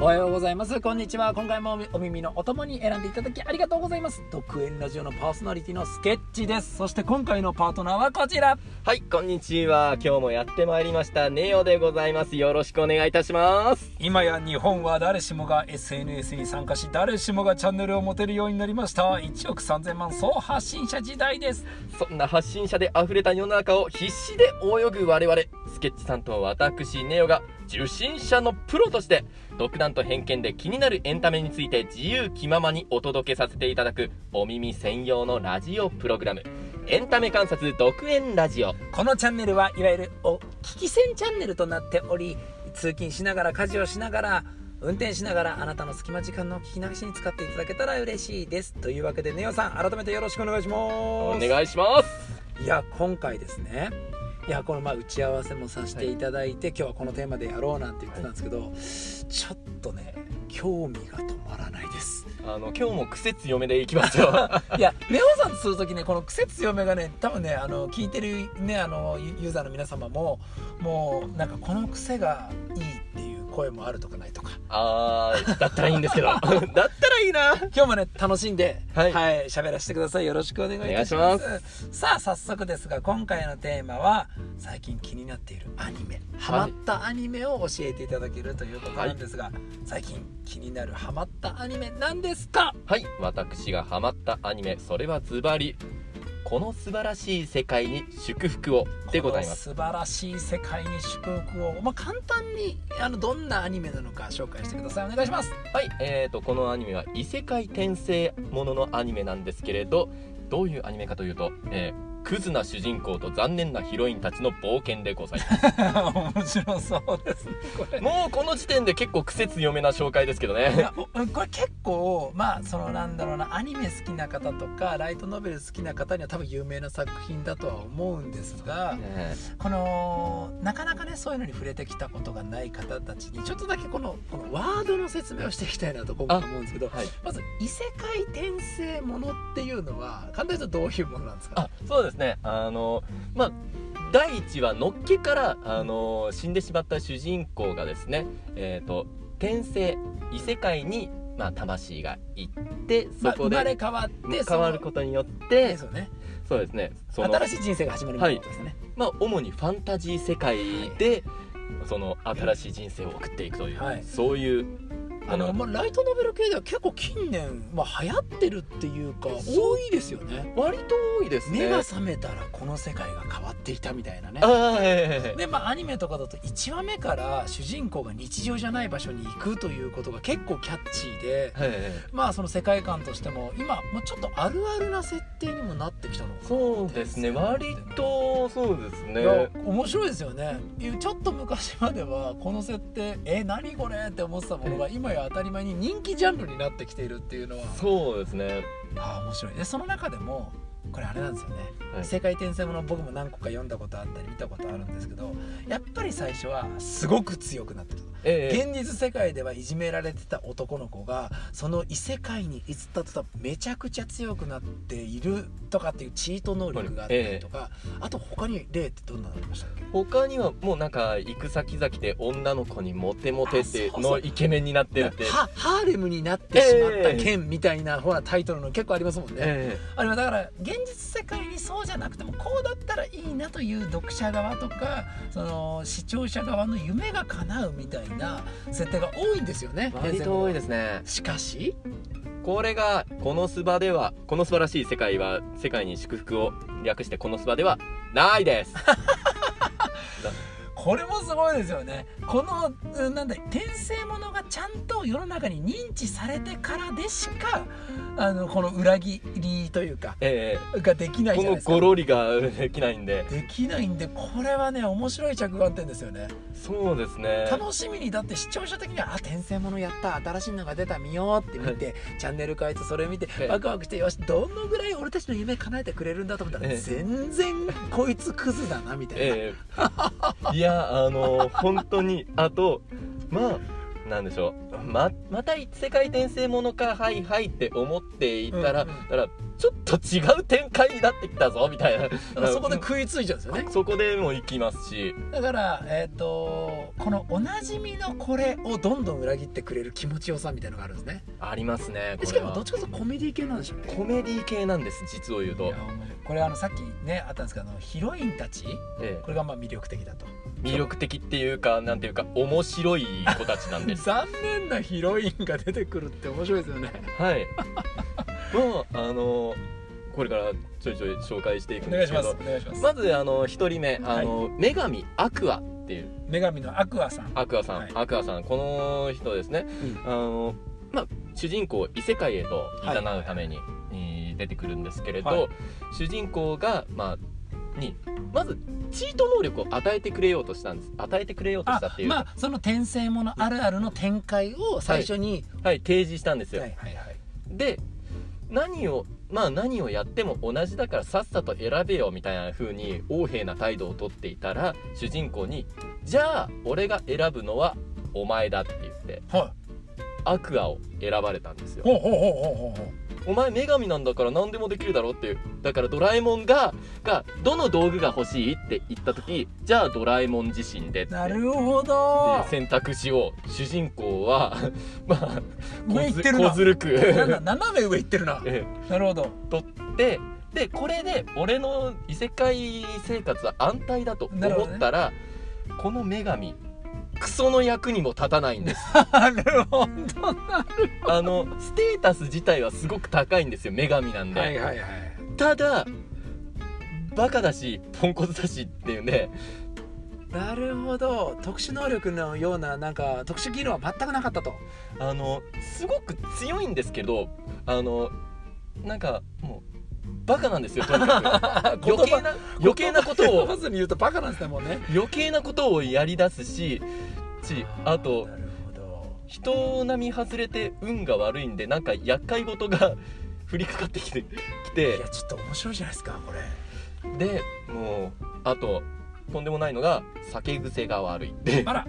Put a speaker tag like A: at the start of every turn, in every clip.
A: おはようございますこんにちは今回もお耳のお供に選んでいただきありがとうございます独演ラジオのパーソナリティのスケッチですそして今回のパートナーはこちら
B: はい、こんにちは。今日もやってまいりました。ネオでございます。よろしくお願いいたします。
A: 今や日本は誰しもが SNS に参加し誰しもがチャンネルを持てるようになりました1億3000万総発信者時代です
B: そんな発信者で溢れた世の中を必死で泳ぐ我々、スケッチさんと私、ネオが受信者のプロとして、独断と偏見で気になるエンタメについて自由気ままにお届けさせていただく、お耳専用のラジオプログラム、エンタメ観察独演ラジオ。
A: このチャンネルはいわゆるお聞き戦チャンネルとなっており通勤しながら家事をしながら運転しながらあなたの隙間時間の聞き流しに使っていただけたら嬉しいですというわけでネオさん改めてよろしくお願いします
B: お
A: お
B: 願いします。
A: いや今回ですねいやこのまあ打ち合わせもさせていただいて、今日はこのテーマでやろうなんて言ってたんですけど、ちょっとね興味が止まらないです
B: あの、今日も癖強めでいきましょう。
A: いやネオさんとする時ねこの癖強めがね多分ねあの聞いてるねあのユユーザーの皆様ももうなんかこの癖がいいっていう声もあるとかないとか
B: あー、だったらいいんですけど。だったらいいな。
A: 今日もね楽しんでは
B: はいい
A: 喋、らせてくださいよろしくお願いいたします
B: お願
A: さあ早速ですが今回のテーマは最近気になっているアニメハマったアニメを教えていただけるということなんですが、最近気になるハマったアニメなんですか
B: はい私がハマったアニメそれはズバリこの素晴らしい世界に祝福をでございます
A: この素晴らしい世界に祝福を、まあ、簡単にあのどんなアニメなのか紹介してくださいお願いします
B: はいえー、とこのアニメは異世界転生もののアニメなんですけれどどういうアニメかというと、えークズな主人公と残念なヒロインたちの冒険でござい ます
A: 面白そうですねこれ
B: もうこの時点で結構癖強めな紹介ですけど
A: い
B: ね
A: やお これ結構まあそのなんだろうなアニメ好きな方とかライトノベル好きな方には多分有名な作品だとは思うんですが
B: え
A: このなかなかねそういうのに触れてきたことがない方たちにちょっとだけこのこのワードの説明をしていきたいなと僕は思うんですけど
B: ーはい
A: まず異世界転生ものっていうのは簡単に言うとどういうものなんですか
B: あそうですねあのまあ第一はのっけからあの死んでしまった主人公がですねえっ、と転生異世界に、まあ、魂が行ってそ
A: まあ
B: こ
A: 生
B: で
A: まれ変わって
B: 変わる
A: と
B: ことによっ
A: で
B: て
A: すよね
B: そうですねその
A: 新しい人生が始まるみたいなことですね、
B: まあ、主にファンタジー世界で、その新しい人生を送っていくという、
A: はい
B: そういう
A: あのまあ、ライトノベル系では結構近年、まあ、流行ってるっていうか多いですよね
B: 割と多いですね。
A: 目が覚めたらこの世界が変わっていたみたいなね
B: あーはいはいはいはい
A: でまあアニメとかだと1話目から主人公が日常じゃない場所に行くということが結構キャッチーで
B: はいはいはい
A: まあその世界観としても今もうちょっとあるあるな設定にもなってきたのかな
B: そうですね割とそうです
A: いや
B: ね。
A: 面白いですよねちょっと昔まではこの設定え何これって思ってたものが今や当たり前に人気ジャンルになってきているっていうのは
B: そうですね。
A: ああ面白いでその中でもこれあれなんですよね、
B: はい
A: 世界転生もの僕も何個か読んだことあったり見たことあるんですけどやっぱり最初はすごく強くなってる
B: ええ
A: 現実世界ではいじめられてた男の子がその異世界に移ったとためちゃくちゃ強くなっているとかっていうチート能力があったりとか、あと他に例ってどんなのありましたっけ
B: 他にはもうなんか行く先々で女の子にモテモテって
A: あそうそう
B: のイケメンになってるって。
A: ハハーレムになってしまった件みたいな、ほらタイトルの結構ありますもんね、
B: え
A: あれはだから現実世界にそうじゃなくてもこうだったらいいなという読者側とかその視聴者側の夢が叶うみたいな設定が多いんですよね
B: え割と多い
A: で
B: ですね。
A: すしかし
B: これがこのスバではこの素晴らしい世界は世界に祝福を略してこのスバではない です。
A: これもすごいですよねこのうんなんだ転生ものがちゃんと世の中に認知されてからでしかあのこの裏切りというか
B: え
A: ができ
B: え
A: ない
B: こ
A: じゃない
B: の
A: ですか
B: ゴロリができないんで。
A: できないんでこれはね面白い着眼点ですよね
B: そうですね。
A: 楽しみにだって視聴者的には「あ転生ものやった新しいのが出た見よう」って見てチャンネル変えてそれ見て
B: ええ
A: ワクワクしてよしどのぐらい俺たちの夢叶えてくれるんだと思ったら
B: ええ
A: 全然こいつクズだなみたいな、
B: ええいやあの本当にあとまあなんでしょうままた異世界転生ものかはいはいって思っていたら、
A: うんうん
B: だからちょっと違う展開になってきたぞみたい
A: だから
B: な
A: そこで食いついちゃうんですよね
B: そこでも行きますし
A: だからえっ、とこのおなじみのこれをどんどん裏切ってくれる気持ちよさみたいのがあるんですね
B: ありますねこれは
A: しかもどっちかというとコメディ系なんでしょうね
B: コメディ系なんです実を言う
A: い
B: と
A: や、これあのさっきねあったんですけどあのヒロインたち
B: え
A: これがまあ魅力的だと
B: え魅力的っていうかなんていうか面白い子たちなんです
A: 残念なヒロインが出てくるって面白いですよね
B: はいもうあのこれからちょいちょい紹介していくん
A: お
B: で
A: 願い
B: す
A: し
B: け
A: ます
B: ど
A: お願いします、
B: まずあの一人目あの、女神アクアっていう
A: 女神のアクアさん
B: アクアさん、
A: はい
B: アクアさんこの人ですね、
A: う
B: あのまあ主人公を異世界へと
A: はい
B: 誘うために、えー出てくるんですけれど、
A: はい
B: 主人公がまあにまずチート能力を与えてくれようとしたんです与えてくれようとしたっ
A: あ
B: ていうか
A: まあその転生ものあるあるの展開を最初に、
B: はい提示したんですよ、
A: はいはいはい
B: で何をまあ何をやっても同じだからさっさと選べよみたいな風に横柄な態度をとっていたら主人公に「じゃあ俺が選ぶのはお前だ」って言って
A: はい
B: アクアを選ばれたんですよ
A: ほうほうほうほうほうほう
B: お前女神なんだから何でもできるだろうっていうだからドラえもんががどの道具が欲しいって言った時じゃあドラえもん自身でって
A: な
B: いう
A: るほど
B: 選択肢を主人公は まあ
A: 上行
B: こ
A: っ
B: ず
A: てる
B: こ
A: な
B: ずる
A: なんだ
B: く
A: 斜め上行ってるな
B: え
A: なるほど
B: 取ってでこれで俺の異世界生活は安泰だと
A: なるほ
B: 思
A: どね
B: ったら、この女神クソの役にも立たないんです
A: なるほど
B: あのステータス自体はすごく高いんですよ女神なんで、
A: はいはいはい
B: ただバカだしポンコツだしっていうね
A: なるほど特殊能力のようななんか特殊技能は全くなかったと
B: あのすごく強いんですけどあのなんかもうバカなんですよとにか く
A: 言葉
B: 余計な余計なこと
A: ま
B: を
A: ずに言うとバカなんですねもうね
B: 余計なことをやりだすししあと
A: なるほど
B: 人並み外れて運が悪いんでなんか厄介事が 降りかかってきてき
A: い
B: て
A: やちょっと面白いじゃないですかこれ
B: でもうあととんでもないのが酒癖が悪いで
A: あらあ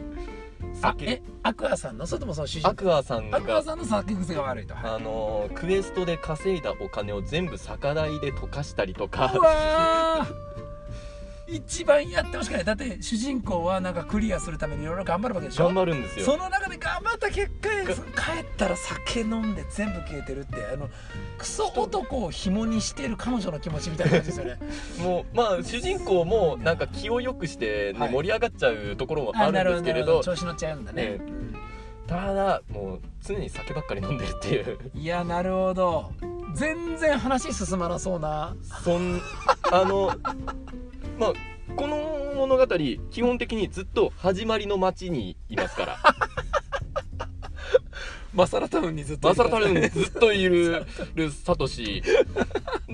B: 酒
A: えアクアさんのそれともその主人
B: アクアさん
A: アクア
B: が
A: さんの酒癖が悪いと
B: あのークエストで稼いだお金を全部酒代で溶かしたりとか
A: うわー一番やってほしくないだって主人公はなんかクリアするためにいろいろ頑張るわけでしょ
B: 頑張るんですよ
A: その中で頑張った結果
B: が
A: 帰ったら酒飲んで全部消えてるってあのクソ男を紐にしてる彼女の気持ちみたいな感じですよ ね
B: もうまあ主人公もなんか気を良くして、ね
A: はい
B: 盛り上がっちゃうところもあるんですけれ
A: なるほ
B: ど
A: 調子乗っちゃうんだね、
B: えただもう常に酒ばっかり飲んでるっていう
A: いやなるほど全然話進まなそうな
B: そんあのまあこの物語基本的にずっと始まりの街にいますから
A: マサラタウンにずっ
B: マサラタルンにずっといるるサトシ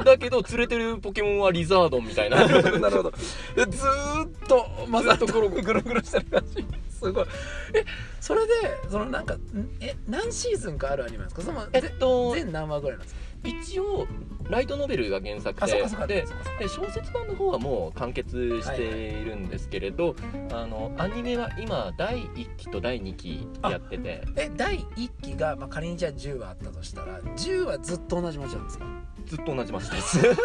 B: だけど連れてるポケモンはリザードンみたいな
A: なるほどでずーっとマサラタウンぐるぐるしてる感じすごいえそれでそのなんかんえ何シーズンかあるアニメなんですかその
B: えっと
A: 全何話ぐらいなんですか
B: 一応ライトノベルが原作
A: あそっ
B: で
A: かそっか
B: で
A: そっかそっか
B: で小説版の方はもう完結しているんですけれど、あのアニメは今第1期と第2期やってて
A: え第一期が、まあ、仮にじゃあ10話あったとしたら10はずっと同じ街なんですか
B: ずっと同じ街ですマジか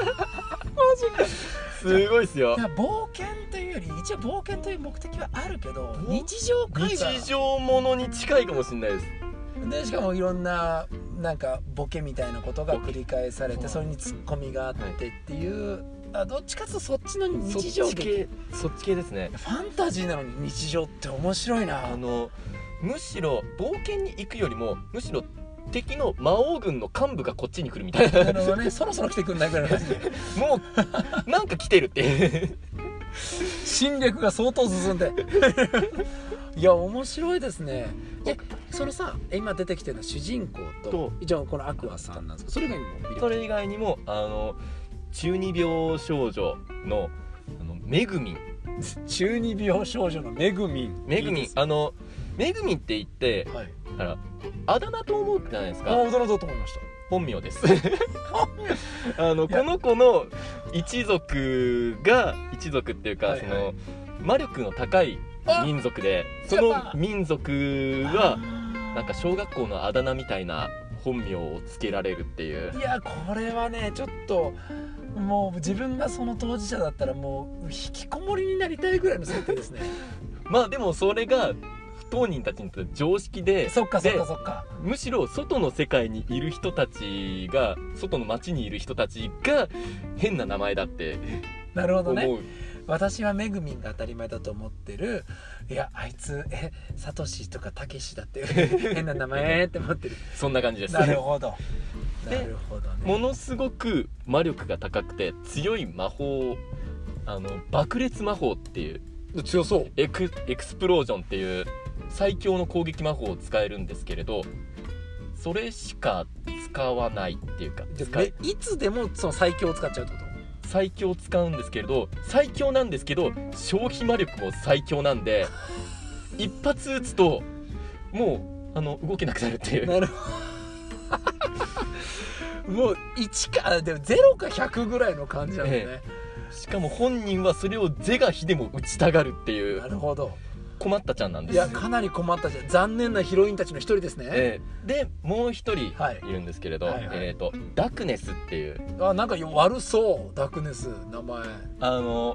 B: すごいっすよ
A: だから冒険というより一応冒険という目的はあるけど
B: ぼ
A: 日常会話
B: 日常ものに近いかもしれないです
A: でしかもいろんななんかボケみたいなことが
B: ボケ
A: 繰り返されて
B: そう
A: それにツッコミがあってっていう、あどっちかというとそっちの日常
B: そっち
A: 劇
B: 系そっち系ですね
A: ファンタジーなのに日常って面白いな
B: あのむしろ冒険に行くよりもむしろ敵の魔王軍の幹部がこっちに来るみたい
A: な
B: な
A: るほどねそろそろ来てくんないぐらいの感じで
B: もうなんか来てるっていう
A: 侵略が相当進んで いや面白いですねえそのさ今出てきてるのは主人公と
B: と
A: じゃあこのアクアさんなんですかそれが今も魅力
B: それ以外にもあの中二病少女のあのめぐみん
A: 中二病少女のめぐみん
B: めぐみ
A: いい
B: ん
A: です
B: あのめぐみんって言って
A: はい
B: あらあだ名と思うじゃないです
A: あ
B: か
A: 驚どうと思いました
B: 本 名ですあのこの子の一族が一族っていうか、
A: はいはい
B: その魔力の高い
A: あ
B: 民族で
A: あ
B: その民族は
A: あー
B: なんか小学校のあだ名みたいな本名をつけられるっていう
A: いやこれはねちょっともう自分がその当事者だったらもう引きこもりになりたいぐらいの設定 ですね
B: まあでもそれが不当人たちにとって常識で
A: そっかそっ
B: で
A: かそっか
B: むしろ外の世界にいる人たちが外の街にいる人たちが変な名前だって
A: なるほど
B: 思う、
A: ね私はめぐみんが当たり前だと思ってるいやあいつえサトシとかたけしだって 変な名前って思ってる
B: そんな感じ です
A: なるほど
B: で
A: なるほどね
B: ものすごく魔力が高くて強い魔法あの爆裂魔法っていう
A: 強そう
B: エクエクスプロージョンっていう最強の攻撃魔法を使えるんですけれどそれしか使わないっていうか
A: で
B: 使い
A: めいつでもその最強を使っちゃうってこと
B: 最強を使うんですけれど最強なんですけど消費魔力も最強な んで一発撃つともうあの動けなくなるっていう
A: なるほどもう1かでも0か100ぐらいの感じなんだね、
B: しかも本人はそれを是が非でも打ちたがるっていう
A: なるほど
B: 困ったちゃんなんで
A: い
B: す
A: やかなり困ったじゃん残念なヒロインたちの一人ですね、
B: ええでもう一人
A: はい
B: いるんですけれど、
A: はいはい
B: えー、とダクネスっていう
A: あなんかよ悪そうダークネス名前
B: あの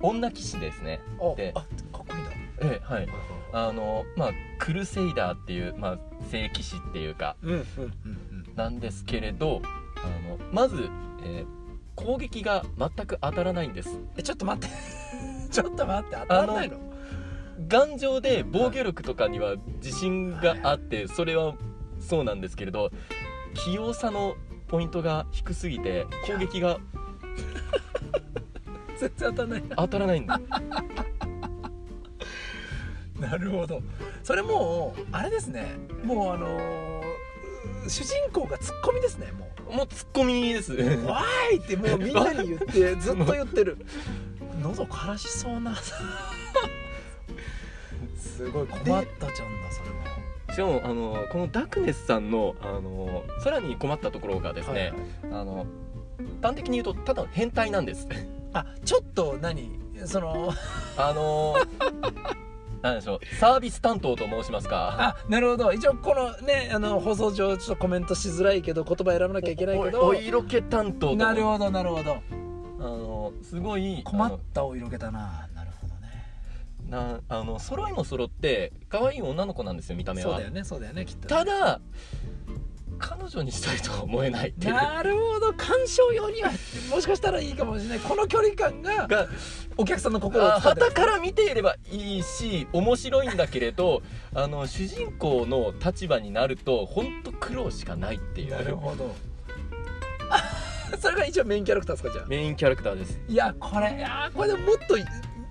B: 女騎士ですね、
A: お
B: で
A: あかっこいいんだ
B: ええはい、あのまあクルセイダーっていう、まあ、聖騎士っていうか
A: うんうんうん
B: なんですけれどあのまず、えー攻撃が全く当たらないんです
A: えちょっと待って ちょっと待って当たらないの
B: 頑丈で防御力とかには自信があってそれはそうなんですけれど器用さのポイントが低すぎて攻撃が
A: 全然当たらない
B: 当たらないんだ
A: なるほどそれもうあれですねもうあのーう主人公がツッコミですねも
B: もうツッコミです
A: う「わーい!」ってもうみんなに言ってずっと言ってる喉枯らしそうなすごい困ったちゃんだそれは
B: しかもあのこのダクネスさんのあのさらに困ったところがですね、
A: はいはい
B: あの端的に言うとただの変態なんです
A: あちょっと何その
B: あのなんでしょうサービス担当と申しますか
A: あなるほど一応このねあの放送上ちょっとコメントしづらいけど言葉選ばなきゃいけないけ
B: おお
A: ど
B: 色気担当と
A: なるほどなるほど
B: あのすごい
A: 困ったお色気だななるほどね
B: あのなあの揃いも揃って可愛い女の子なんですよ見た目
A: そう
B: は
A: だよねそうだよねきっと
B: ただ彼女にしたいとは思えないっていう
A: なるほど鑑賞用にはもしかしたらいいかもしれないこの距離感が
B: が
A: お客さんの心を
B: は
A: 掴んで
B: たから見ていればいいし面白いんだけれどあの主人公の立場になると本当苦労しかないっていう
A: なるほどあ それが一応メインキャラクターですかじゃあ
B: メインキャラクターです
A: いやこれいやこれでもっと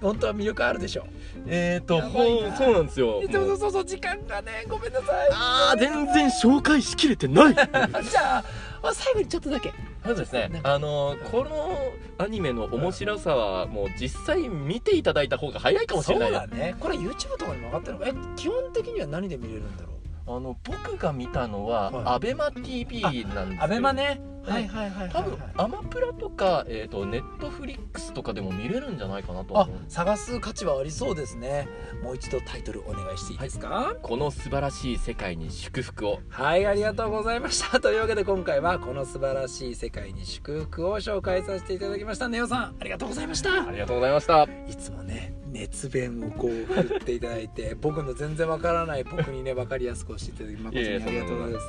A: 本当は魅力あるでしょ
B: えーと
A: やばいな
B: ほんそうなんですよ
A: で
B: も
A: も
B: う
A: そうそう時間がねごめんなさい
B: あー全然紹介しきれて ない
A: じゃああ最後にちょっとだけ
B: まずですねあのこのアニメの面白さはもう実際見ていただいた方が早いかもしれない
A: そうだねこれ YouTube とかにも上がってるのかえ基本的には何で見れるんだろう
B: あの僕が見たのは、
A: はい
B: アベマ t v なんですけど
A: アベマね
B: は
A: はいいはいはい
B: 多分アマプラとか、えー、とネットフリックスとかでも見れるんじゃないかなと
A: あ
B: 思うんです
A: 探す価値はありそうですねもう一度タイトルお願いしていいですか
B: この素晴らしい世界に祝福を
A: はいありがとうございました というわけで今回はこの素晴らしい世界に祝福を紹介させていただきましたネオさんありがとうございました
B: ありがとうございました
A: いつもね熱弁をこう振っていただいて僕の全然わからない僕にね分かりやすく教えていただき誠に
B: いえいえ
A: ありがとうございます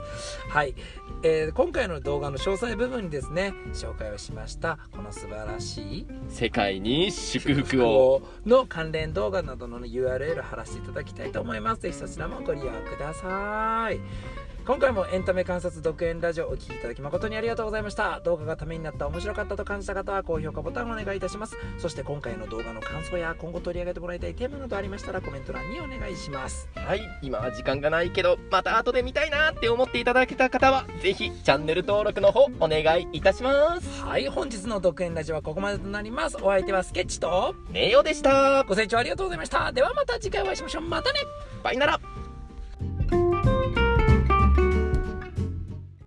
A: はい、えー今回の動画の詳細部分にですね紹介をしましたこの素晴らしい
B: 世界に祝福を
A: こうの関連動画などの URL 貼らせていただきたいと思いますぜひそちらもご利用ください今回もエンタメ観察独演ラジオをお聴きいただき誠にありがとうございました動画がためになった面白かったと感じた方は高評価ボタンをお願いいたしますそして今回の動画の感想や今後取り上げてもらいたいテーマなどありましたらコメント欄にお願いします
B: はい今は時間がないけどまた後で見たいなって思っていただけた方はぜひチャンネル登録の方お願いいたします
A: はい本日の独演ラジオはここまでとなりますお相手はスケッチと
B: ネオでした
A: ご清聴ありがとうございましたではまた次回お会いしましょうまたね
B: バイなら